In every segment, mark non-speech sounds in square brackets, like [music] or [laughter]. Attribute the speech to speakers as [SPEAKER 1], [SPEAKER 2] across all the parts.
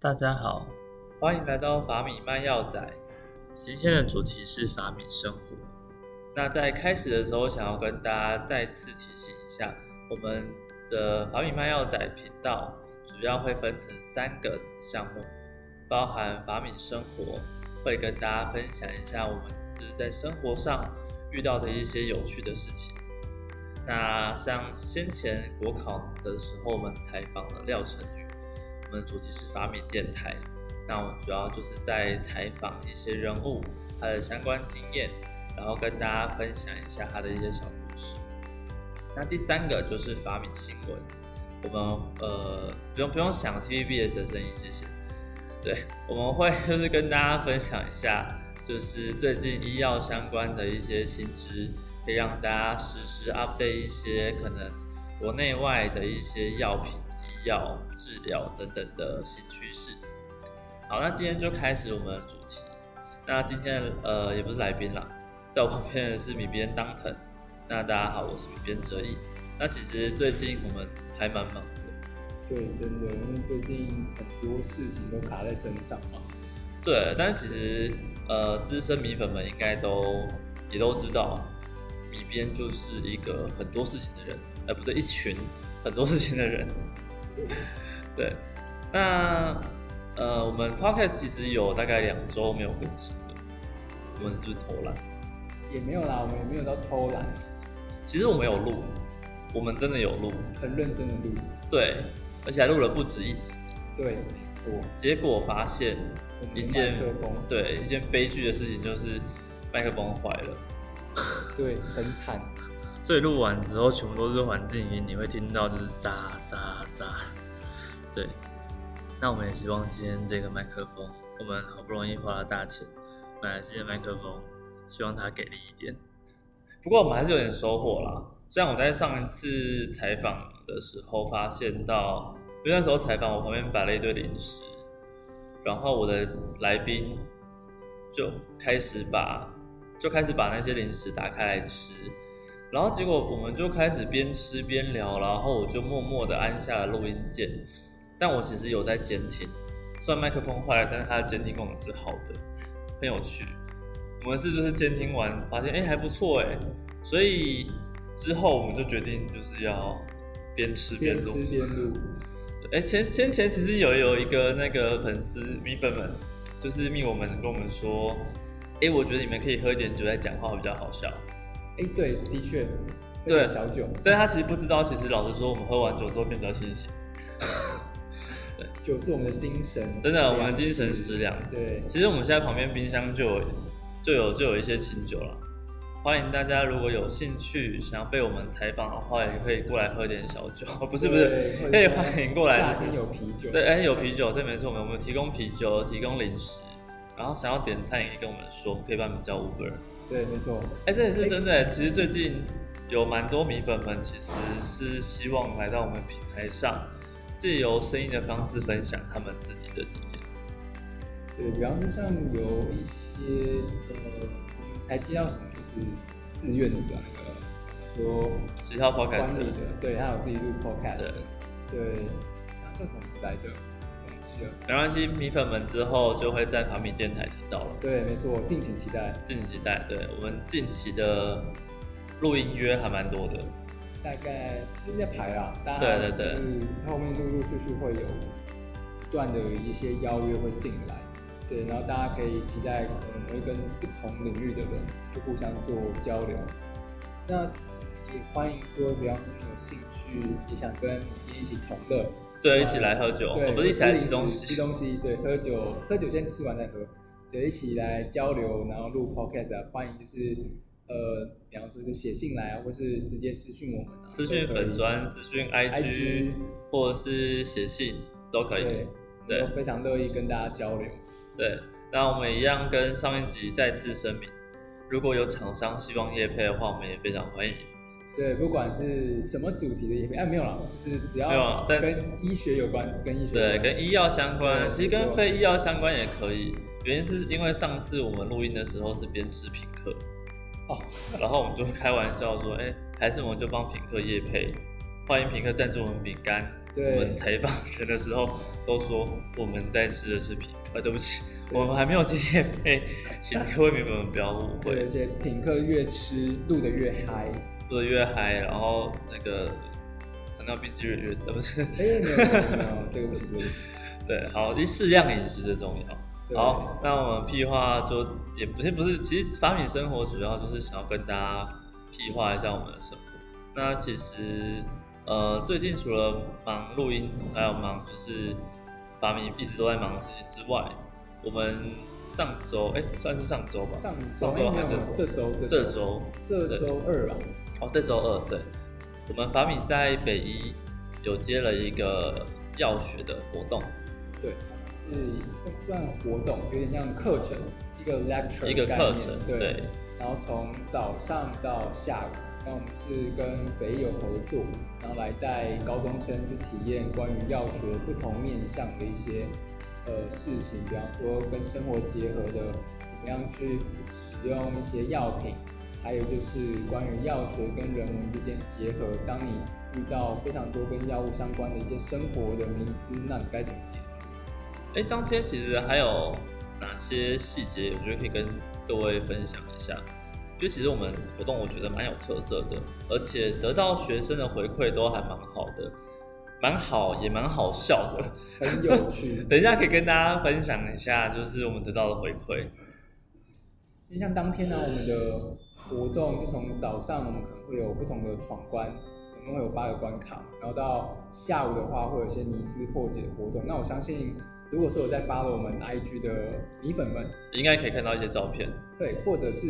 [SPEAKER 1] 大家好，
[SPEAKER 2] 欢迎来到法米卖药仔。
[SPEAKER 1] 今天的主题是法米生活。
[SPEAKER 2] 那在开始的时候，想要跟大家再次提醒一下，我们的法米卖药仔频道主要会分成三个子项目，包含法米生活，会跟大家分享一下我们是在生活上遇到的一些有趣的事情。那像先前国考的时候，我们采访了廖成宇，我们的主题是法米电台。那我们主要就是在采访一些人物，他的相关经验，然后跟大家分享一下他的一些小故事。那第三个就是法米新闻，我们呃不用不用想 TVBS 的声音，谢谢。对，我们会就是跟大家分享一下，就是最近医药相关的一些新知，可以让大家实时 update 一些可能国内外的一些药品、医药治疗等等的新趋势。好，那今天就开始我们的主题。那今天呃也不是来宾啦，在我旁边的是米编当腾。那大家好，我是米编哲毅。那其实最近我们还蛮忙的，
[SPEAKER 3] 对，真的，因为最近很多事情都卡在身上嘛。
[SPEAKER 2] 对，但其实呃资深米粉们应该都也都知道，米编就是一个很多事情的人，呃不对，一群很多事情的人。 [laughs] 对，那呃我们 podcast 其实有大概两周没有更新了，我们是不是偷懒？
[SPEAKER 3] 也没有啦，我们也没有到偷懒，
[SPEAKER 2] 其实我们有录，我们真的有录，
[SPEAKER 3] 很认真的录。
[SPEAKER 2] 对，而且还录了不止一集。
[SPEAKER 3] 对，没错，
[SPEAKER 2] 结果发现
[SPEAKER 3] 我们
[SPEAKER 2] 一
[SPEAKER 3] 的
[SPEAKER 2] 件
[SPEAKER 3] 麦克风，
[SPEAKER 2] 对一件悲剧的事情就是麦克风坏了。
[SPEAKER 3] 对，很惨，
[SPEAKER 1] 所以录完之后，全部都是环境音，你会听到就是沙沙沙。对，那我们也希望今天这个麦克风，我们好不容易花了大钱买了新的麦克风，希望它给力一点。
[SPEAKER 2] 不过我们还是有点收获啦。像我在上一次采访的时候发现到，因为那时候采访我旁边摆了一堆零食，然后我的来宾就开始把就开始把那些零食打开来吃，然后结果我们就开始边吃边聊，然后我就默默的按下了录音键，但我其实有在监听，虽然麦克风坏了，但是它的监听功能是好的，很有趣。我们是就是监听完发现，哎、还不错哎、所以之后我们就决定就是要边吃边
[SPEAKER 3] 边
[SPEAKER 2] 录
[SPEAKER 3] 吃。边录。
[SPEAKER 2] 哎、前先前其实有有一个那个粉丝米粉们，就是密我们跟我们说，哎、我觉得你们可以喝一点酒再讲话会比较好笑。
[SPEAKER 3] 哎，对，的确，
[SPEAKER 2] 对
[SPEAKER 3] 那个小酒
[SPEAKER 2] 但他其实不知道，其实老实说，我们喝完酒之后变比较清醒，
[SPEAKER 3] 酒是我们的精神，
[SPEAKER 2] 真的，我们
[SPEAKER 3] 粮
[SPEAKER 2] 的
[SPEAKER 3] 食
[SPEAKER 2] 精神食粮。
[SPEAKER 3] 对，
[SPEAKER 2] 其实我们现在旁边冰箱就有就有就有一些清酒了，欢迎大家如果有兴趣想要被我们采访的话，也可以过来喝点小酒， [laughs] 不是不是，
[SPEAKER 3] 对
[SPEAKER 2] 可以欢迎过来
[SPEAKER 3] 夏
[SPEAKER 2] 就是
[SPEAKER 3] 天有啤酒，
[SPEAKER 2] 对，哎、有啤酒，对，没错，我们我们提供啤酒，提供零食，然后想要点餐也可以跟我们说，我们可以帮你们叫 Uber。
[SPEAKER 3] 对，没错，
[SPEAKER 2] 哎、这也是真的、其实最近有蛮多米粉们其实是希望来到我们平台上，借由声音的方式分享他们自己的经验。
[SPEAKER 3] 对，比方说像有一些呃，我们才接到什么就是志愿者啊那个说
[SPEAKER 2] 其他
[SPEAKER 3] 管
[SPEAKER 2] podcast
[SPEAKER 3] 理的，对，他有自己录 podcast
[SPEAKER 2] 对
[SPEAKER 3] 的，对，像叫什么名字来着？忘记了。
[SPEAKER 2] 没关系，米粉们之后就会在法米电台听到了，
[SPEAKER 3] 对，没错，敬请期待。
[SPEAKER 2] 敬请期待。对我们近期的录音约还蛮多的，
[SPEAKER 3] 大概就是在排啦，大家
[SPEAKER 2] 对对对
[SPEAKER 3] 就是后面陆陆续续会有不断的一些邀约会进来，对，然后大家可以期待，可能会跟不同领域的人去互相做交流。那也欢迎说，比方说你有兴趣，也想跟你一起同乐，
[SPEAKER 2] 对，一起来喝酒，
[SPEAKER 3] 对，
[SPEAKER 2] 哦不是一起来
[SPEAKER 3] 零
[SPEAKER 2] 吃
[SPEAKER 3] 食
[SPEAKER 2] 东
[SPEAKER 3] 吃
[SPEAKER 2] 西。
[SPEAKER 3] 东西，对，喝酒，喝酒先吃完再喝，对，一起来交流，然后录 podcast 啊，欢迎就是呃，比方说是写信来啊，或是直接私信我们、啊，
[SPEAKER 2] 私讯
[SPEAKER 3] 都可以
[SPEAKER 2] 粉砖、私讯 IG，,
[SPEAKER 3] IG
[SPEAKER 2] 或者是写信都可以。
[SPEAKER 3] 对，
[SPEAKER 2] 对
[SPEAKER 3] 我非常乐意跟大家交流，
[SPEAKER 2] 对，那我们一样跟上一集再次声明，如果有厂商希望业配的话，我们也非常欢迎。
[SPEAKER 3] 对，不管是什么主题的也可以，哎，没有啦，就是只
[SPEAKER 2] 没有
[SPEAKER 3] 要
[SPEAKER 2] 啊但
[SPEAKER 3] 跟医学有关，跟医学有
[SPEAKER 2] 对，
[SPEAKER 3] 关
[SPEAKER 2] 跟医药相关，
[SPEAKER 3] 对
[SPEAKER 2] 其实跟
[SPEAKER 3] 没错
[SPEAKER 2] 非医药相关也可以。原因是因为上次我们录音的时候是边吃品客，
[SPEAKER 3] 哦，
[SPEAKER 2] 然后我们就开玩笑说，哎、还是我们就帮品客业配，欢迎品客赞助我们饼干，
[SPEAKER 3] 对
[SPEAKER 2] 我们采访人的时候都说我们在吃的是品，呃， [laughs] 对不起，我们还没有接夜配，请各位迷们不要误
[SPEAKER 3] 对，而
[SPEAKER 2] 会，
[SPEAKER 3] 且品客越吃录的越嗨，
[SPEAKER 2] 喝的越嗨，然后那个糖尿病几率越呃不是， [laughs]
[SPEAKER 3] 哎、没有没有没有，这个不行，这个不行。
[SPEAKER 2] 对，好，其实适量饮食最重要。
[SPEAKER 3] 对
[SPEAKER 2] 好，，那我们屁话就也不是不是，其实法米生活主要就是想要跟大家屁话一下我们的生活。那其实呃，最近除了忙录音，还有忙就是法米一直都在忙的事情之外，我们上周哎、算是上周吧，
[SPEAKER 3] 上周
[SPEAKER 2] 上
[SPEAKER 3] 哎、
[SPEAKER 2] 周
[SPEAKER 3] 没
[SPEAKER 2] 还
[SPEAKER 3] 有没
[SPEAKER 2] 这
[SPEAKER 3] 有
[SPEAKER 2] 周
[SPEAKER 3] 这周这
[SPEAKER 2] 这
[SPEAKER 3] 周
[SPEAKER 2] 周
[SPEAKER 3] 这周二吧，
[SPEAKER 2] 哦，这周二对，我们法米在北医有接了一个药学的活动，
[SPEAKER 3] 对，是算活动，有点像课程，一个 lecture
[SPEAKER 2] 一个
[SPEAKER 3] 概
[SPEAKER 2] 课
[SPEAKER 3] 念
[SPEAKER 2] 程，
[SPEAKER 3] 对。
[SPEAKER 2] 对
[SPEAKER 3] 然后从早上到下午，那我们是跟北友合作，然后来带高中生去体验关于药学不同面向的一些呃事情，比方说跟生活结合的，怎么样去使用一些药品，还有就是关于药学跟人文之间结合，当你遇到非常多跟药物相关的一些生活的迷思，那你该怎么解决？
[SPEAKER 2] 哎，当天其实还有哪些细节，我觉得可以跟各位分享一下。因为其实我们活动我觉得蛮有特色的，而且得到学生的回馈都还蛮好的，蛮好也蛮好笑的。，
[SPEAKER 3] 很有趣
[SPEAKER 2] 等一下可以跟大家分享一下，就是我们得到的回馈。
[SPEAKER 3] 因为像当天呢、我们的活动就从早上我们可能会有不同的闯关，总共会有八个关卡，然后到下午的话会有一些迷思破解的活动。那我相信，如果说有在 follow 我们 IG 的米粉们，
[SPEAKER 2] 应该可以看到一些照片，
[SPEAKER 3] 对，或者是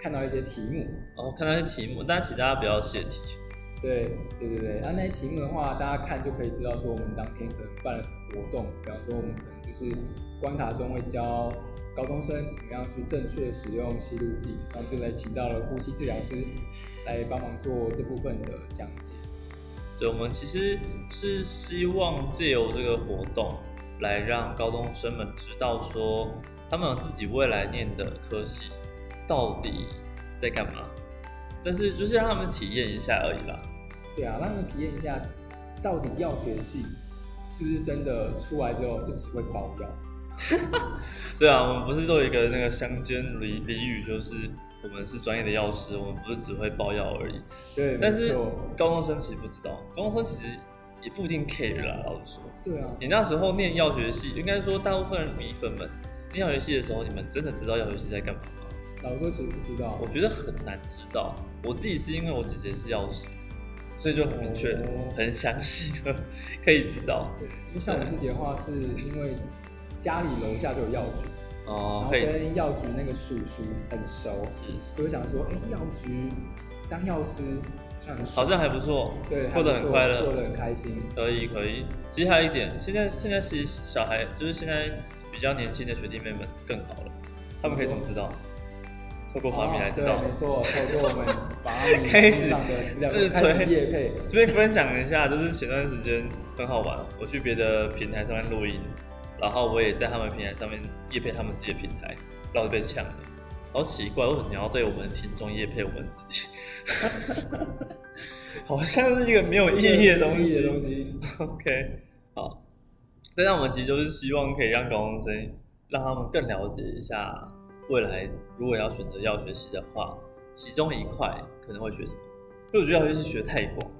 [SPEAKER 3] 看到一些题目，
[SPEAKER 2] 然后看到一些题目，但请大家不要泄题。
[SPEAKER 3] 对对对对，那那些题目的话，大家看就可以知道说我们当天可能办了什么活动，比方说我们可能就是关卡中会教高中生怎么样去正确使用吸入剂，然后就来请到了呼吸治疗师来帮忙做这部分的讲解。
[SPEAKER 2] 对，我们其实是希望借由这个活动，来让高中生们知道说，他们自己未来念的科系到底在干嘛，但是就是让他们体验一下而已啦。
[SPEAKER 3] 对啊，让他们体验一下到底药学系是不是真的出来之后就只会保药。
[SPEAKER 2] 对啊，我们不是都有一个那个乡间俚俚语，就是我们是专业的药师，我们不是只会包药而已。
[SPEAKER 3] 对，
[SPEAKER 2] 但
[SPEAKER 3] 没
[SPEAKER 2] 是
[SPEAKER 3] 错
[SPEAKER 2] 高中生其实不知道，高中生其实也不一定 care 啦，老实说。
[SPEAKER 3] 对啊，
[SPEAKER 2] 你那时候念药学系，应该说大部分米粉们念药学系的时候，你们真的知道药学系在干嘛吗？
[SPEAKER 3] 老周其实不知道
[SPEAKER 2] 我，觉得很难知道。我自己是因为我姐姐是药师，所以就很明确、
[SPEAKER 3] 哦
[SPEAKER 2] 很详细的 [laughs] 可以知道。
[SPEAKER 3] 对因为像我自己的话，是因为家里楼下就有药局。然
[SPEAKER 2] 哦、
[SPEAKER 3] 后
[SPEAKER 2] 可以，
[SPEAKER 3] 跟药局那个叔叔很熟，
[SPEAKER 2] 是是，
[SPEAKER 3] 所以我想说，哎、药局当药师好像很
[SPEAKER 2] 好
[SPEAKER 3] 爽
[SPEAKER 2] 像还不错，
[SPEAKER 3] 对，还
[SPEAKER 2] 过得
[SPEAKER 3] 不
[SPEAKER 2] 很
[SPEAKER 3] 错
[SPEAKER 2] 快
[SPEAKER 3] 过得
[SPEAKER 2] 乐，
[SPEAKER 3] 很开心，
[SPEAKER 2] 可以可以。其实还有一点，现在现在其实小孩，就是现在比较年轻的学弟妹们更好了，他们可以怎么知道？透过法米来知道
[SPEAKER 3] 哦。对，没错，透过我们
[SPEAKER 2] [laughs]
[SPEAKER 3] 法
[SPEAKER 2] 开
[SPEAKER 3] 米
[SPEAKER 2] 始
[SPEAKER 3] 上的资料
[SPEAKER 2] 自
[SPEAKER 3] 开
[SPEAKER 2] 吹
[SPEAKER 3] 始业配，
[SPEAKER 2] 这边分享一下，就是前段时间很好玩，我去别的平台上面录音，然后我也在他们平台上面夜配他们自己的平台，然后就被呛了。好奇怪，为什么你要对我们的听众夜配我们自己？好像是一个没有意义的东
[SPEAKER 3] 意义
[SPEAKER 2] 西。
[SPEAKER 3] 的东西，
[SPEAKER 2] OK，好。但让我们其实就是希望可以让高中生，让他们更了解一下未来如果要选择药学系的话，其中一块可能会学什么。因为我觉得药学系学太广了。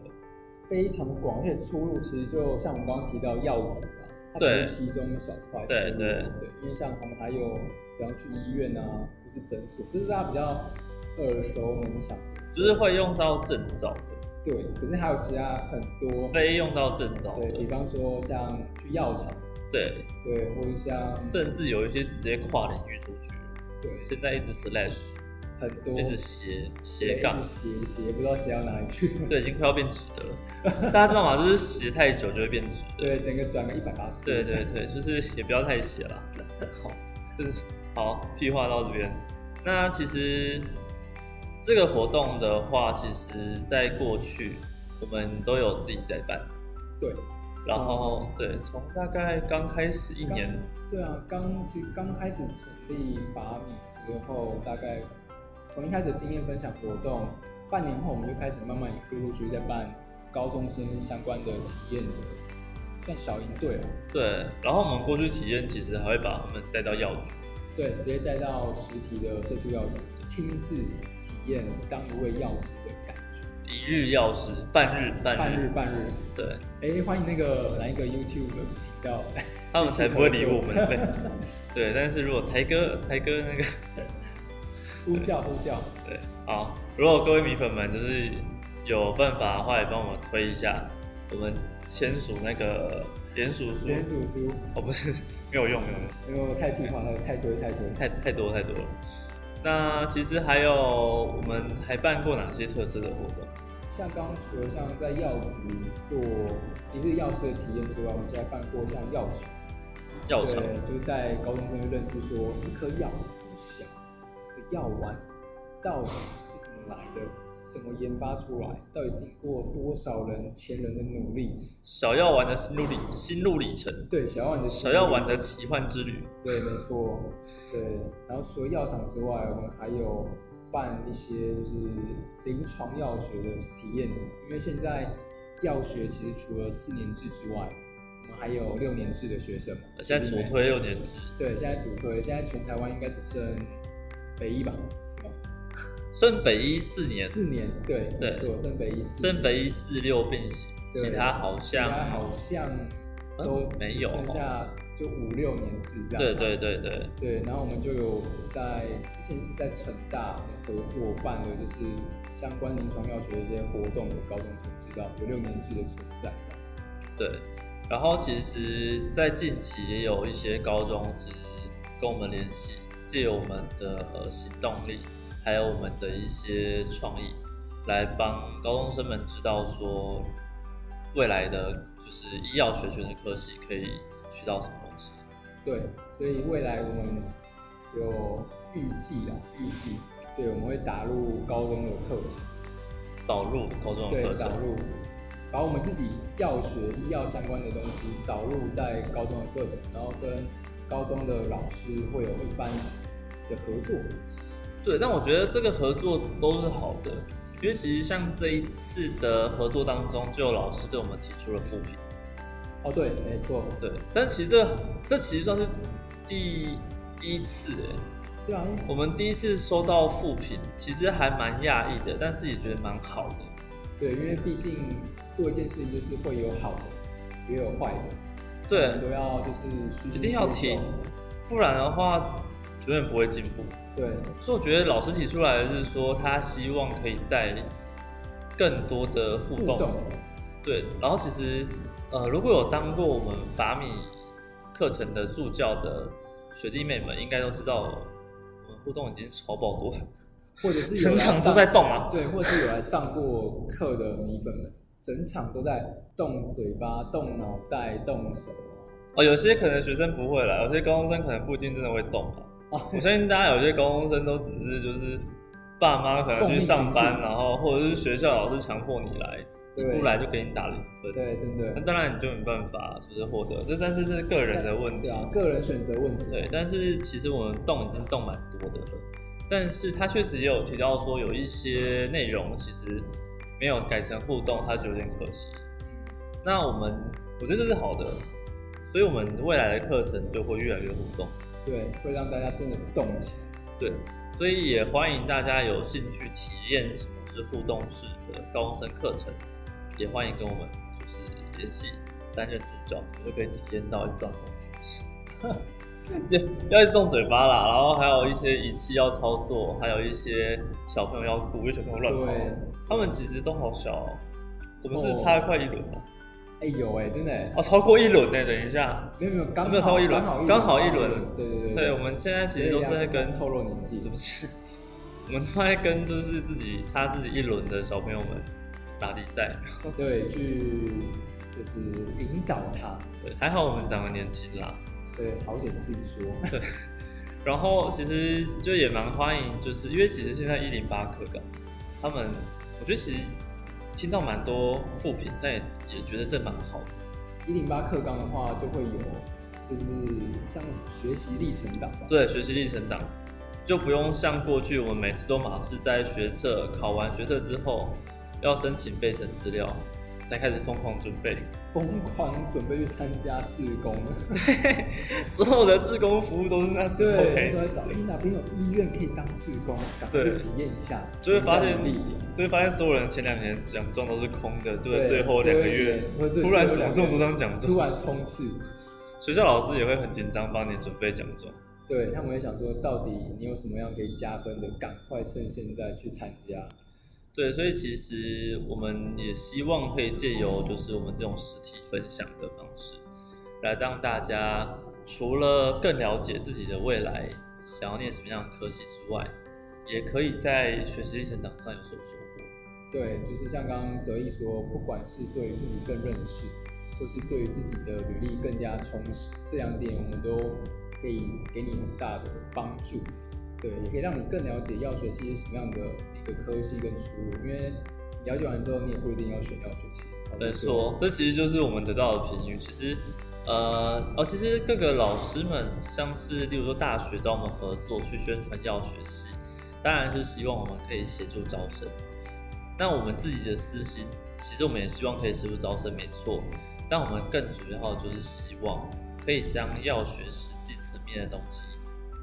[SPEAKER 3] 非常广，而且出入其实就像我们刚刚提到药局啊，它只
[SPEAKER 2] 对
[SPEAKER 3] 是其中一小块出
[SPEAKER 2] 对
[SPEAKER 3] 入，
[SPEAKER 2] 对
[SPEAKER 3] 对，因为像我们还有，比方去医院啊，或是诊所，这是大家比较耳熟能详的。
[SPEAKER 2] 就是会用到证照的，
[SPEAKER 3] 对，可是还有其他很多
[SPEAKER 2] 非用到证照
[SPEAKER 3] 对比
[SPEAKER 2] 的，
[SPEAKER 3] 方说像去药厂，
[SPEAKER 2] 对，
[SPEAKER 3] 对，或者像
[SPEAKER 2] 甚至有一些直接跨领域出去，
[SPEAKER 3] 对
[SPEAKER 2] 现在一直 slash，
[SPEAKER 3] 很多
[SPEAKER 2] 一直斜
[SPEAKER 3] 哦对
[SPEAKER 2] 斜杠
[SPEAKER 3] 一直，斜斜，不知道斜到哪里去。
[SPEAKER 2] 对，已经快要变直的
[SPEAKER 3] [laughs]
[SPEAKER 2] 了。大家知道吗？就是斜太久就会变直的。
[SPEAKER 3] 对，整个转个一百八十。
[SPEAKER 2] 对对对，就是也不要太斜了。好，真是好，屁话到这边。那其实这个活动的话，其实在过去我们都有自己在办，
[SPEAKER 3] 对，
[SPEAKER 2] 然后对，从大概刚开始一
[SPEAKER 3] 刚
[SPEAKER 2] 年。
[SPEAKER 3] 对啊，刚其实刚开始成立法米之后，大概从一开始经验分享活动，半年后我们就开始慢慢陆陆续续在办高中生相关的体验的算小营队哦，
[SPEAKER 2] 对，然后我们过去体验，其实还会把他们带到药局。
[SPEAKER 3] 对，直接带到实体的社区药局，亲自体验当一位药师的感觉。
[SPEAKER 2] 一日药师，半日半日
[SPEAKER 3] 半日半日，
[SPEAKER 2] 对，
[SPEAKER 3] 哎，欢迎那个来一个 YouTube 的频道， [laughs]
[SPEAKER 2] 他们才不会理我们 [laughs] 对，对，但是如果台哥台哥那个， [laughs]
[SPEAKER 3] 呼叫呼叫，
[SPEAKER 2] 对，好，如果各位米粉们就是有办法的话，也帮我们推一下，我们签署那个联署书，
[SPEAKER 3] 连叔叔，
[SPEAKER 2] 哦不是，没有用没有用，
[SPEAKER 3] 因为我太屁话了，太推太推。
[SPEAKER 2] 太太多太多了。那其实还有我们还办过哪些特色的活动？
[SPEAKER 3] 像刚刚除了像在药局做一日药师的体验之外，我们现在办过像药厂，
[SPEAKER 2] 药厂
[SPEAKER 3] 对，就是带高中生认识说一颗药这么小的药丸到底是怎么来的，怎么研发出来，到底经过多少人前人的努力，
[SPEAKER 2] 小药丸的心路里心路里程，
[SPEAKER 3] 对，小药丸的
[SPEAKER 2] 小药丸的奇幻之旅。
[SPEAKER 3] 对，没错，对。然后除了药厂之外，我们还有办一些就是临床药学的体验营，因为现在药学其实除了四年制之外，我们还有六年制的学生嘛。
[SPEAKER 2] 呃现在主推六年制，
[SPEAKER 3] 对，现在主推，现在全台湾应该只剩北医吧？是吗？
[SPEAKER 2] 剩北一四年，
[SPEAKER 3] 四年，对，
[SPEAKER 2] 对
[SPEAKER 3] 没错，剩北医四年，
[SPEAKER 2] 剩北一四六并行，其
[SPEAKER 3] 对
[SPEAKER 2] 他好
[SPEAKER 3] 其他
[SPEAKER 2] 像
[SPEAKER 3] 好像都
[SPEAKER 2] 嗯
[SPEAKER 3] 只
[SPEAKER 2] 没有
[SPEAKER 3] 剩下就五六年制这样。
[SPEAKER 2] 对对对对，
[SPEAKER 3] 对，然后我们就有在之前是在成大合作办的，就是相关临床药学的一些活动，给高中生知道有六年制的存在这样。
[SPEAKER 2] 对，然后其实，在近期也有一些高中其实跟我们联系，借由我们的呃行动力，还有我们的一些创意，来帮高中生们知道说，未来的就是医药学学的科系可以学到什么东西。
[SPEAKER 3] 对，所以未来我们有预计啦，预计对我们会打入高中的课程，
[SPEAKER 2] 导入哦高中的
[SPEAKER 3] 对，
[SPEAKER 2] 课
[SPEAKER 3] 导
[SPEAKER 2] 程，
[SPEAKER 3] 入把我们自己药学、医药相关的东西导入在高中的课程，然后跟高中的老师会有一番的合作。
[SPEAKER 2] 对，但我觉得这个合作都是好的，因为其实像这一次的合作当中，就有老师对我们提出了复评，
[SPEAKER 3] 哦，对，没错，
[SPEAKER 2] 对，但其实这这其实算是第一次哎，
[SPEAKER 3] 对啊，因为
[SPEAKER 2] 我们第一次收到复评，其实还蛮讶异的，但是也觉得蛮好的，
[SPEAKER 3] 对，因为毕竟做一件事情就是会有好的，也有坏的，
[SPEAKER 2] 对
[SPEAKER 3] 我们，都要就是虚心
[SPEAKER 2] 一定要
[SPEAKER 3] 接
[SPEAKER 2] 提
[SPEAKER 3] 受，
[SPEAKER 2] 不然的话永远不会进步。
[SPEAKER 3] 对
[SPEAKER 2] 所以我觉得老师提出来的是说，他希望可以在更多的互动，对，然后其实呃，如果有当过我们法米课程的助教的学弟妹们，应该都知道，我们互动已经超爆
[SPEAKER 3] [laughs]
[SPEAKER 2] 多了，
[SPEAKER 3] 或者是有
[SPEAKER 2] 整
[SPEAKER 3] 来
[SPEAKER 2] 场
[SPEAKER 3] 上
[SPEAKER 2] 都在动啊。
[SPEAKER 3] 对，或者是有来上过课的米粉们，整场都在动嘴巴、动脑袋、动手
[SPEAKER 2] [laughs] 哦，有些可能学生不会啦，有些高中生可能不一定真的会动啊。
[SPEAKER 3] 哦
[SPEAKER 2] 我相信大家有些高中生都只是就是爸妈可能去上
[SPEAKER 3] 奉命行
[SPEAKER 2] 班，
[SPEAKER 3] 事
[SPEAKER 2] 然后或者是学校老师强迫你来，你
[SPEAKER 3] 对
[SPEAKER 2] 不来就给你打零分。
[SPEAKER 3] 对，真
[SPEAKER 2] 那
[SPEAKER 3] 的，
[SPEAKER 2] 当然你就没办法，就是获得，这但是这是个人的问题。
[SPEAKER 3] 对啊，个人选择问题，
[SPEAKER 2] 对，但是其实我们动已经动蛮多的了，但是他确实也有提到说有一些内容其实没有改成互动，他觉得有点可惜。那我们我觉得这是好的，所以我们未来的课程就会越来越互动。
[SPEAKER 3] 对，会让大家真的动起来。
[SPEAKER 2] 对，所以也欢迎大家有兴趣体验什么是互动式的高中生课程，也欢迎跟我们就是联系担任助教，你就可以体验到一直动学习， [laughs] 就要一直动嘴巴啦，然后还有一些仪器要操作，还有一些小朋友要顾，因为小朋友乱跑
[SPEAKER 3] 对，哦
[SPEAKER 2] 他们其实都好小、哦，我们是差快一轮吗？
[SPEAKER 3] 哎、有哎、真的、欸，
[SPEAKER 2] 哦，超过一轮呢、等一下，
[SPEAKER 3] 没有没有，刚
[SPEAKER 2] 没有超过一轮
[SPEAKER 3] 好
[SPEAKER 2] 刚好一
[SPEAKER 3] 一轮啊
[SPEAKER 2] 轮
[SPEAKER 3] 对对对啊
[SPEAKER 2] 对，我们现在其实都是在跟
[SPEAKER 3] 透露年纪
[SPEAKER 2] 对，不起，我们都在跟就是自己差自己一轮的小朋友们打比赛。
[SPEAKER 3] 对，去就是引导他。
[SPEAKER 2] 对，还好我们长得年轻啦。
[SPEAKER 3] 对，好险自己说。
[SPEAKER 2] 然后其实就也蛮欢迎，就是因为其实现在一零八课纲，他们我觉得其实听到蛮多负评，但也也觉得这蛮好的。
[SPEAKER 3] 一零八课纲的话，就会有就是像学习历程档吧。
[SPEAKER 2] 对，学习历程档就不用像过去我们每次都马是在学测考完学测之后要申请备审资料，才开始疯狂准备， [laughs]
[SPEAKER 3] 疯狂准备去参加志工。
[SPEAKER 2] 所有的志工服务都是那时候
[SPEAKER 3] [laughs] 对，
[SPEAKER 2] 开
[SPEAKER 3] 那时候
[SPEAKER 2] 始
[SPEAKER 3] 还，找哎哪边有医院可以当志工，赶快
[SPEAKER 2] 对
[SPEAKER 3] 去体验一下，
[SPEAKER 2] 就会发现
[SPEAKER 3] 力量。，
[SPEAKER 2] 就会发现所有人前两年奖状都是空的，就是
[SPEAKER 3] 对
[SPEAKER 2] 最后两个月
[SPEAKER 3] 最后一年或者，最
[SPEAKER 2] 突然怎么这么多张奖
[SPEAKER 3] 突
[SPEAKER 2] 状？
[SPEAKER 3] 然冲刺，
[SPEAKER 2] 学校老师也会很紧张，帮你准备奖状。
[SPEAKER 3] 对他们会想说，到底你有什么样可以加分的，赶快趁现在去参加。
[SPEAKER 2] 对，所以其实我们也希望可以借由就是我们这种实体分享的方式，来让大家除了更了解自己的未来想要念什么样的科系之外，也可以在学习历程档上有所收获。
[SPEAKER 3] 对，就是像刚刚哲毅说，不管是对于自己更认识，或是对于自己的履历更加充实，这两点我们都可以给你很大的帮助。对，也可以让你更了解药学系是什么样的一个科系跟出路，因为了解完之后，你也不一定要选药学系。
[SPEAKER 2] 没错，这其实就是我们得到的评语。其实，呃，哦，其实各个老师们，像是例如说大学找我们合作去宣传药学系，当然是希望我们可以协助招生。那我们自己的私心，其实我们也希望可以协助招生，没错。但我们更主要就是希望可以将药学实际层面的东西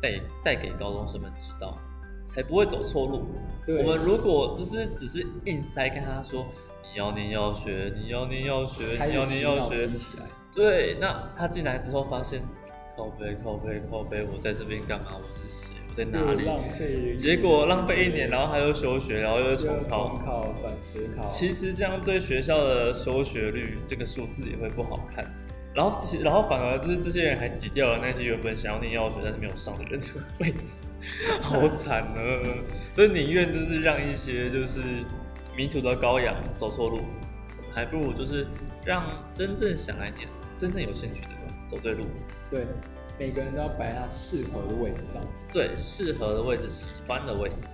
[SPEAKER 2] 带带给高中生们知道，才不会走错路。
[SPEAKER 3] 对
[SPEAKER 2] 我们如果就是只是硬塞跟他说你要念药学，你要念药学，
[SPEAKER 3] 开
[SPEAKER 2] 你
[SPEAKER 3] 始
[SPEAKER 2] 要念
[SPEAKER 3] 洗
[SPEAKER 2] 药
[SPEAKER 3] 脑
[SPEAKER 2] 学
[SPEAKER 3] 洗，起来。
[SPEAKER 2] 对，那他进来之后发现靠背靠背靠背，我在这边干嘛？我是谁？我在哪里
[SPEAKER 3] 又？浪
[SPEAKER 2] [laughs]
[SPEAKER 3] 费？
[SPEAKER 2] 结果浪费一年，然后他又休学，然后又
[SPEAKER 3] 又重
[SPEAKER 2] 重考。
[SPEAKER 3] 考、转学考。
[SPEAKER 2] 其实这样对学校的收学率这个数字也会不好看。然后其实，然后反而就是这些人还挤掉了那些原本想要念药学但是没有上的人的位置，好惨呢。所以宁愿就是让一些就是迷途的羔羊走错路，我们还不如就是让真正想来念、真正有兴趣的人走对路，
[SPEAKER 3] 对，每个人都要摆在他适合的位置上。
[SPEAKER 2] 对适合的位置、喜欢的位置。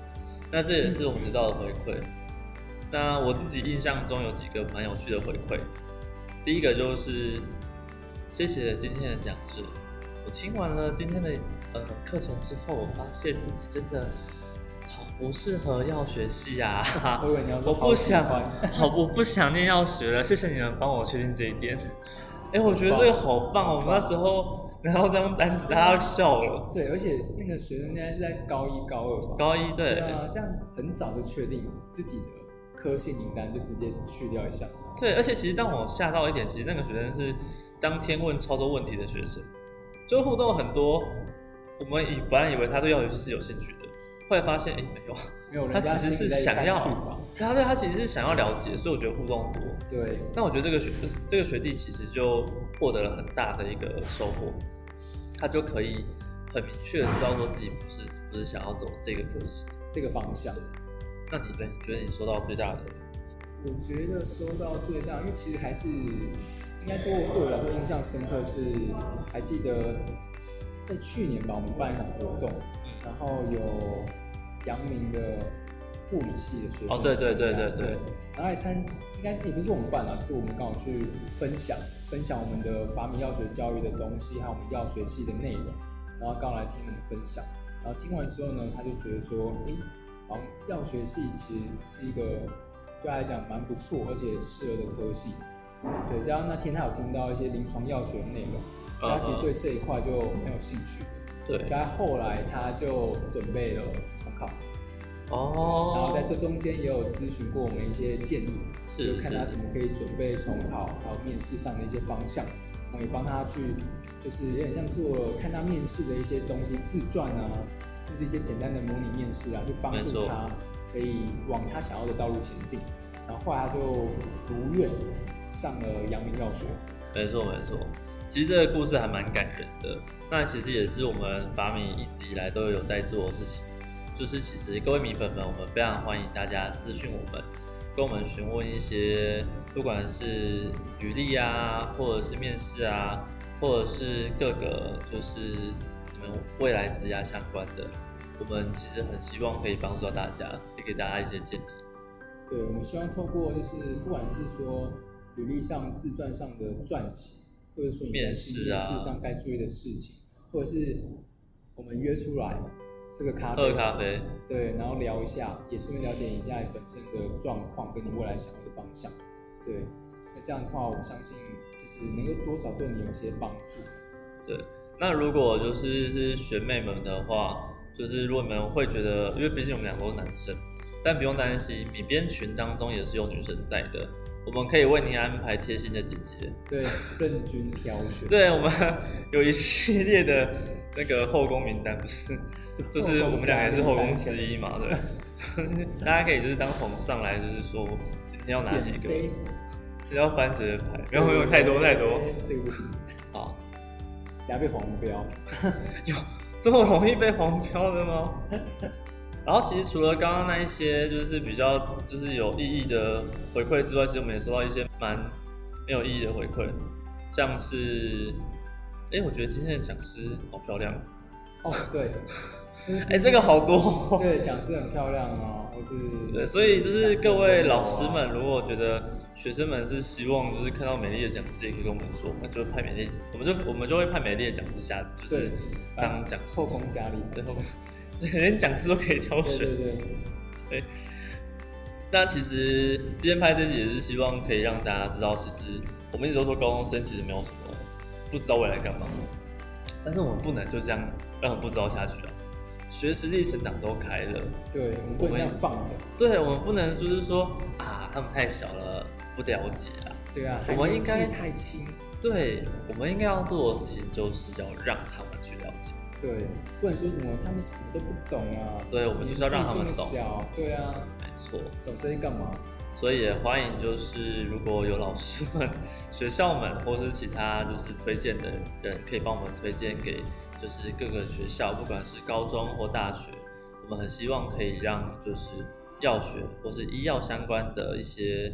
[SPEAKER 2] 那这也是我们得到的回馈。那我自己印象中有几个蛮有趣的回馈。第一个就是谢谢今天的讲师，我听完了今天的呃课程之后，我发现自己真的好不适合药学系 [laughs] 啊！
[SPEAKER 3] 我以为你要
[SPEAKER 2] 我
[SPEAKER 3] 说
[SPEAKER 2] 不想
[SPEAKER 3] 好喜欢，
[SPEAKER 2] 好，我不想念药学了。谢谢你们帮我确定这一点。哎、我觉得这个好棒！我们那时候拿到这张单子，大家都笑了。
[SPEAKER 3] 对，而且那个学生应该是在高一、高二吧？
[SPEAKER 2] 高一对
[SPEAKER 3] 对啊，这样很早就确定自己的科系名单，就直接去掉一下。
[SPEAKER 2] 对，而且其实让我吓到一点，其实那个学生是当天问超多问题的学生，就互动很多。我们以本来以为他对药学系是有兴趣的，后来发现哎、诶没有， [laughs]
[SPEAKER 3] 没有，
[SPEAKER 2] 他
[SPEAKER 3] 人家
[SPEAKER 2] 其实
[SPEAKER 3] 心
[SPEAKER 2] 是
[SPEAKER 3] 里在
[SPEAKER 2] 想
[SPEAKER 3] 删
[SPEAKER 2] 要
[SPEAKER 3] 去法。，
[SPEAKER 2] 他对他其实是想要了解，所以我觉得互动多。
[SPEAKER 3] 对，
[SPEAKER 2] 那我觉得这个学这个学弟其实就获得了很大的一个收获，他就可以很明确的知道说自己不是不是想要走这个科系。
[SPEAKER 3] 这个方向。
[SPEAKER 2] 那你呢？你觉得你收到最大的？
[SPEAKER 3] 我觉得收到最大，因为其实还是应该说对我来说印象深刻是，还记得在去年吧，我们办一场活动，
[SPEAKER 2] 嗯
[SPEAKER 3] 然后有阳明的护理系的学生
[SPEAKER 2] 哦对对对
[SPEAKER 3] 参
[SPEAKER 2] 对
[SPEAKER 3] 加
[SPEAKER 2] 对
[SPEAKER 3] 对，然后还参应该也不是我们办啊，就是我们刚好去分享分享我们的法米药学教育的东西，还有我们药学系的内容，然后刚好来听我们分享，然后听完之后呢，他就觉得说，诶、好像哦药学系其实是一个对他来讲蛮不错，而且适合的科系。对，加上那天他有听到一些临床药学的内容，所以他
[SPEAKER 2] 嗯
[SPEAKER 3] 其实
[SPEAKER 2] 嗯
[SPEAKER 3] 对这一块就蛮有兴趣的。
[SPEAKER 2] 对，
[SPEAKER 3] 所以他后来他就准备了重考，
[SPEAKER 2] 哦，
[SPEAKER 3] 然后在这中间也有咨询过我们一些建议，
[SPEAKER 2] 是
[SPEAKER 3] 就看
[SPEAKER 2] 是
[SPEAKER 3] 他怎么可以准备重考，还有面试上的一些方向，我们也帮他去，就是有点像做看他面试的一些东西自传啊，就是一些简单的模拟面试啊，去帮
[SPEAKER 2] 没
[SPEAKER 3] 助
[SPEAKER 2] 错
[SPEAKER 3] 他可以往他想要的道路前进。然后后来他就如愿上了阳明药学，
[SPEAKER 2] 没错没错，其实这个故事还蛮感人的。那其实也是我们法米一直以来都有在做的事情，就是其实各位米粉们，我们非常欢迎大家私讯我们，跟我们询问一些不管是履历啊，或者是面试啊，或者是各个就是你们未来职涯相关的，我们其实很希望可以帮助到大家，也给大家一些建议。
[SPEAKER 3] 对，我们希望透过就是不管是说履历上、自传上的撰写，或者说你在
[SPEAKER 2] 面
[SPEAKER 3] 去
[SPEAKER 2] 试啊
[SPEAKER 3] 面试上该注意的事情，或者是我们约出来喝个咖啡，
[SPEAKER 2] 喝个咖啡，
[SPEAKER 3] 对，然后聊一下，也顺便了解一下你本身的状况跟你未来想要的方向。对，那这样的话，我相信就是能够多少对你有些帮助。
[SPEAKER 2] 对，那如果就是是学妹们的话，就是如果你们会觉得，因为毕竟我们两个都是男生，但不用担心，你编群当中也是有女生在的，我们可以为你安排贴心的姐姐。
[SPEAKER 3] 对，任君挑选。
[SPEAKER 2] 对，我们有一系列的那个后宫名单，不是，就是我们两个也是后宫之一嘛，对。大家可以就是当皇上来，就是说今天要哪几
[SPEAKER 3] 点
[SPEAKER 2] 个，
[SPEAKER 3] 飞，
[SPEAKER 2] 是要翻谁的牌，不要没有太多太多。
[SPEAKER 3] 这个不行，
[SPEAKER 2] 好，
[SPEAKER 3] 等下被黄标。
[SPEAKER 2] 有这么容易被黄标的吗？然后其实除了刚刚那一些就是比较就是有意义的回馈之外，其实我们也收到一些蛮没有意义的回馈，像是，哎，我觉得今天的讲师好漂亮，
[SPEAKER 3] 哦，对，
[SPEAKER 2] [laughs] 哎，这个好多、哦，
[SPEAKER 3] 对，讲师很漂亮哦，或是
[SPEAKER 2] 对，所以就是各位
[SPEAKER 3] 哦
[SPEAKER 2] 老师们，如果觉得学生们是希望就是看到美丽的讲师，也可以跟我们说，那就派美丽，我们就我们就会派美丽的讲师下，就是
[SPEAKER 3] 对呃
[SPEAKER 2] 当讲师
[SPEAKER 3] 后，宫佳丽
[SPEAKER 2] 对
[SPEAKER 3] 三
[SPEAKER 2] 后
[SPEAKER 3] 千，
[SPEAKER 2] 对 [laughs] 连讲师都可以挑
[SPEAKER 3] 对
[SPEAKER 2] 选
[SPEAKER 3] 对。对，
[SPEAKER 2] 那其实今天拍这集也是希望可以让大家知道，其实我们一直都说高中生其实没有什么不知道未来干嘛，但是我们不能就这样让人不知道下去啊。学习历程档都开了，
[SPEAKER 3] 对我们不能这样放着，
[SPEAKER 2] 对我们不能就是说啊，他们太小了，不了解啊。
[SPEAKER 3] 对啊，
[SPEAKER 2] 我们应该
[SPEAKER 3] 还年纪太轻，
[SPEAKER 2] 对我们应该要做的事情就是要让他们去了解。
[SPEAKER 3] 对，不能说什么他们什么都不懂啊，
[SPEAKER 2] 对我们就是要让他们
[SPEAKER 3] 年纪这
[SPEAKER 2] 懂
[SPEAKER 3] 么小，对啊，
[SPEAKER 2] 没错，
[SPEAKER 3] 懂这些干嘛？
[SPEAKER 2] 所以也欢迎就是如果有老师们、学校们或是其他就是推荐的人，可以帮我们推荐给就是各个学校，不管是高中或大学，我们很希望可以让就是药学或是医药相关的一些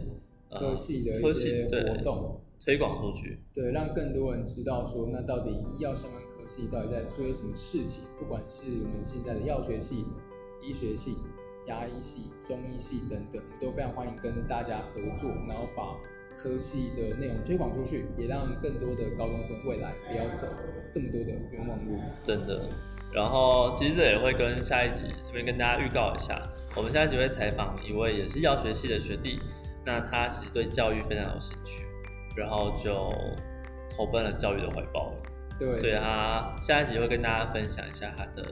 [SPEAKER 2] 呃
[SPEAKER 3] 科系的
[SPEAKER 2] 科
[SPEAKER 3] 一
[SPEAKER 2] 系
[SPEAKER 3] 些
[SPEAKER 2] 对
[SPEAKER 3] 活动，
[SPEAKER 2] 推广出去。
[SPEAKER 3] 对，让更多人知道说，那到底医药相关科系到底在做些什么事情？不管是我们现在的药学系、医学系、牙医系、中医系等等，我们都非常欢迎跟大家合作，然后把科系的内容推广出去，也让更多的高中生未来不要走这么多的冤枉路。
[SPEAKER 2] 真的。然后其实这也会跟下一集这边跟大家预告一下，我们下一集会采访一位也是药学系的学弟，那他其实对教育非常有兴趣，然后就投奔了教育的怀抱了。所以
[SPEAKER 3] 对，
[SPEAKER 2] 他下一集会跟大家分享一下他的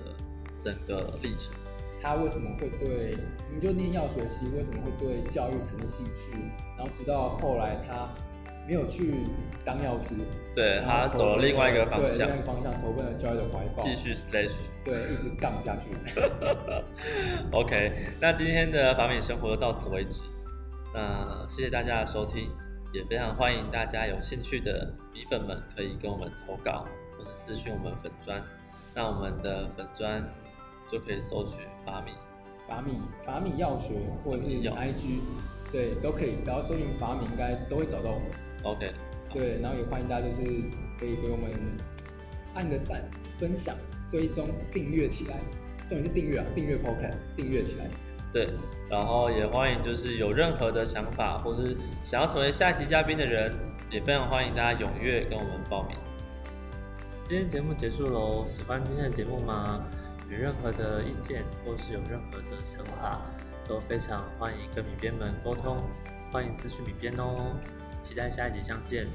[SPEAKER 2] 整个历程。
[SPEAKER 3] 他为什么会对，你就念药学系，为什么会对教育产生兴趣？然后直到后来他没有去当药师，
[SPEAKER 2] 对他
[SPEAKER 3] 然后投
[SPEAKER 2] 走了另外一个
[SPEAKER 3] 嗯对
[SPEAKER 2] 方向
[SPEAKER 3] 另外一，个方向投奔了教育的怀抱，
[SPEAKER 2] 继续 slash
[SPEAKER 3] [laughs] 对，一直杠下去。
[SPEAKER 2] [laughs] OK，那今天的法美生活就到此为止。那谢谢大家的收听，也非常欢迎大家有兴趣的米粉们可以跟我们投稿，或是私讯我们粉砖。那我们的粉砖就可以搜取法米。
[SPEAKER 3] 法米法米药学或者是
[SPEAKER 2] 药
[SPEAKER 3] IG，对，都可以，只要搜寻法米，应该都会找到我们。
[SPEAKER 2] OK，
[SPEAKER 3] 对，然后也欢迎大家就是可以给我们按个赞、分享、追踪、订阅起来。重点是订阅啊，订阅 Podcast，订阅起来。
[SPEAKER 2] 对，然后也欢迎就是有任何的想法，或是想要成为下一集嘉宾的人，也非常欢迎大家踊跃跟我们报名。
[SPEAKER 1] 今天节目结束喽，喜欢今天的节目吗？有任何的意见或是有任何的想法，都非常欢迎跟米编们沟通，欢迎私讯米编哦。期待下一集相见，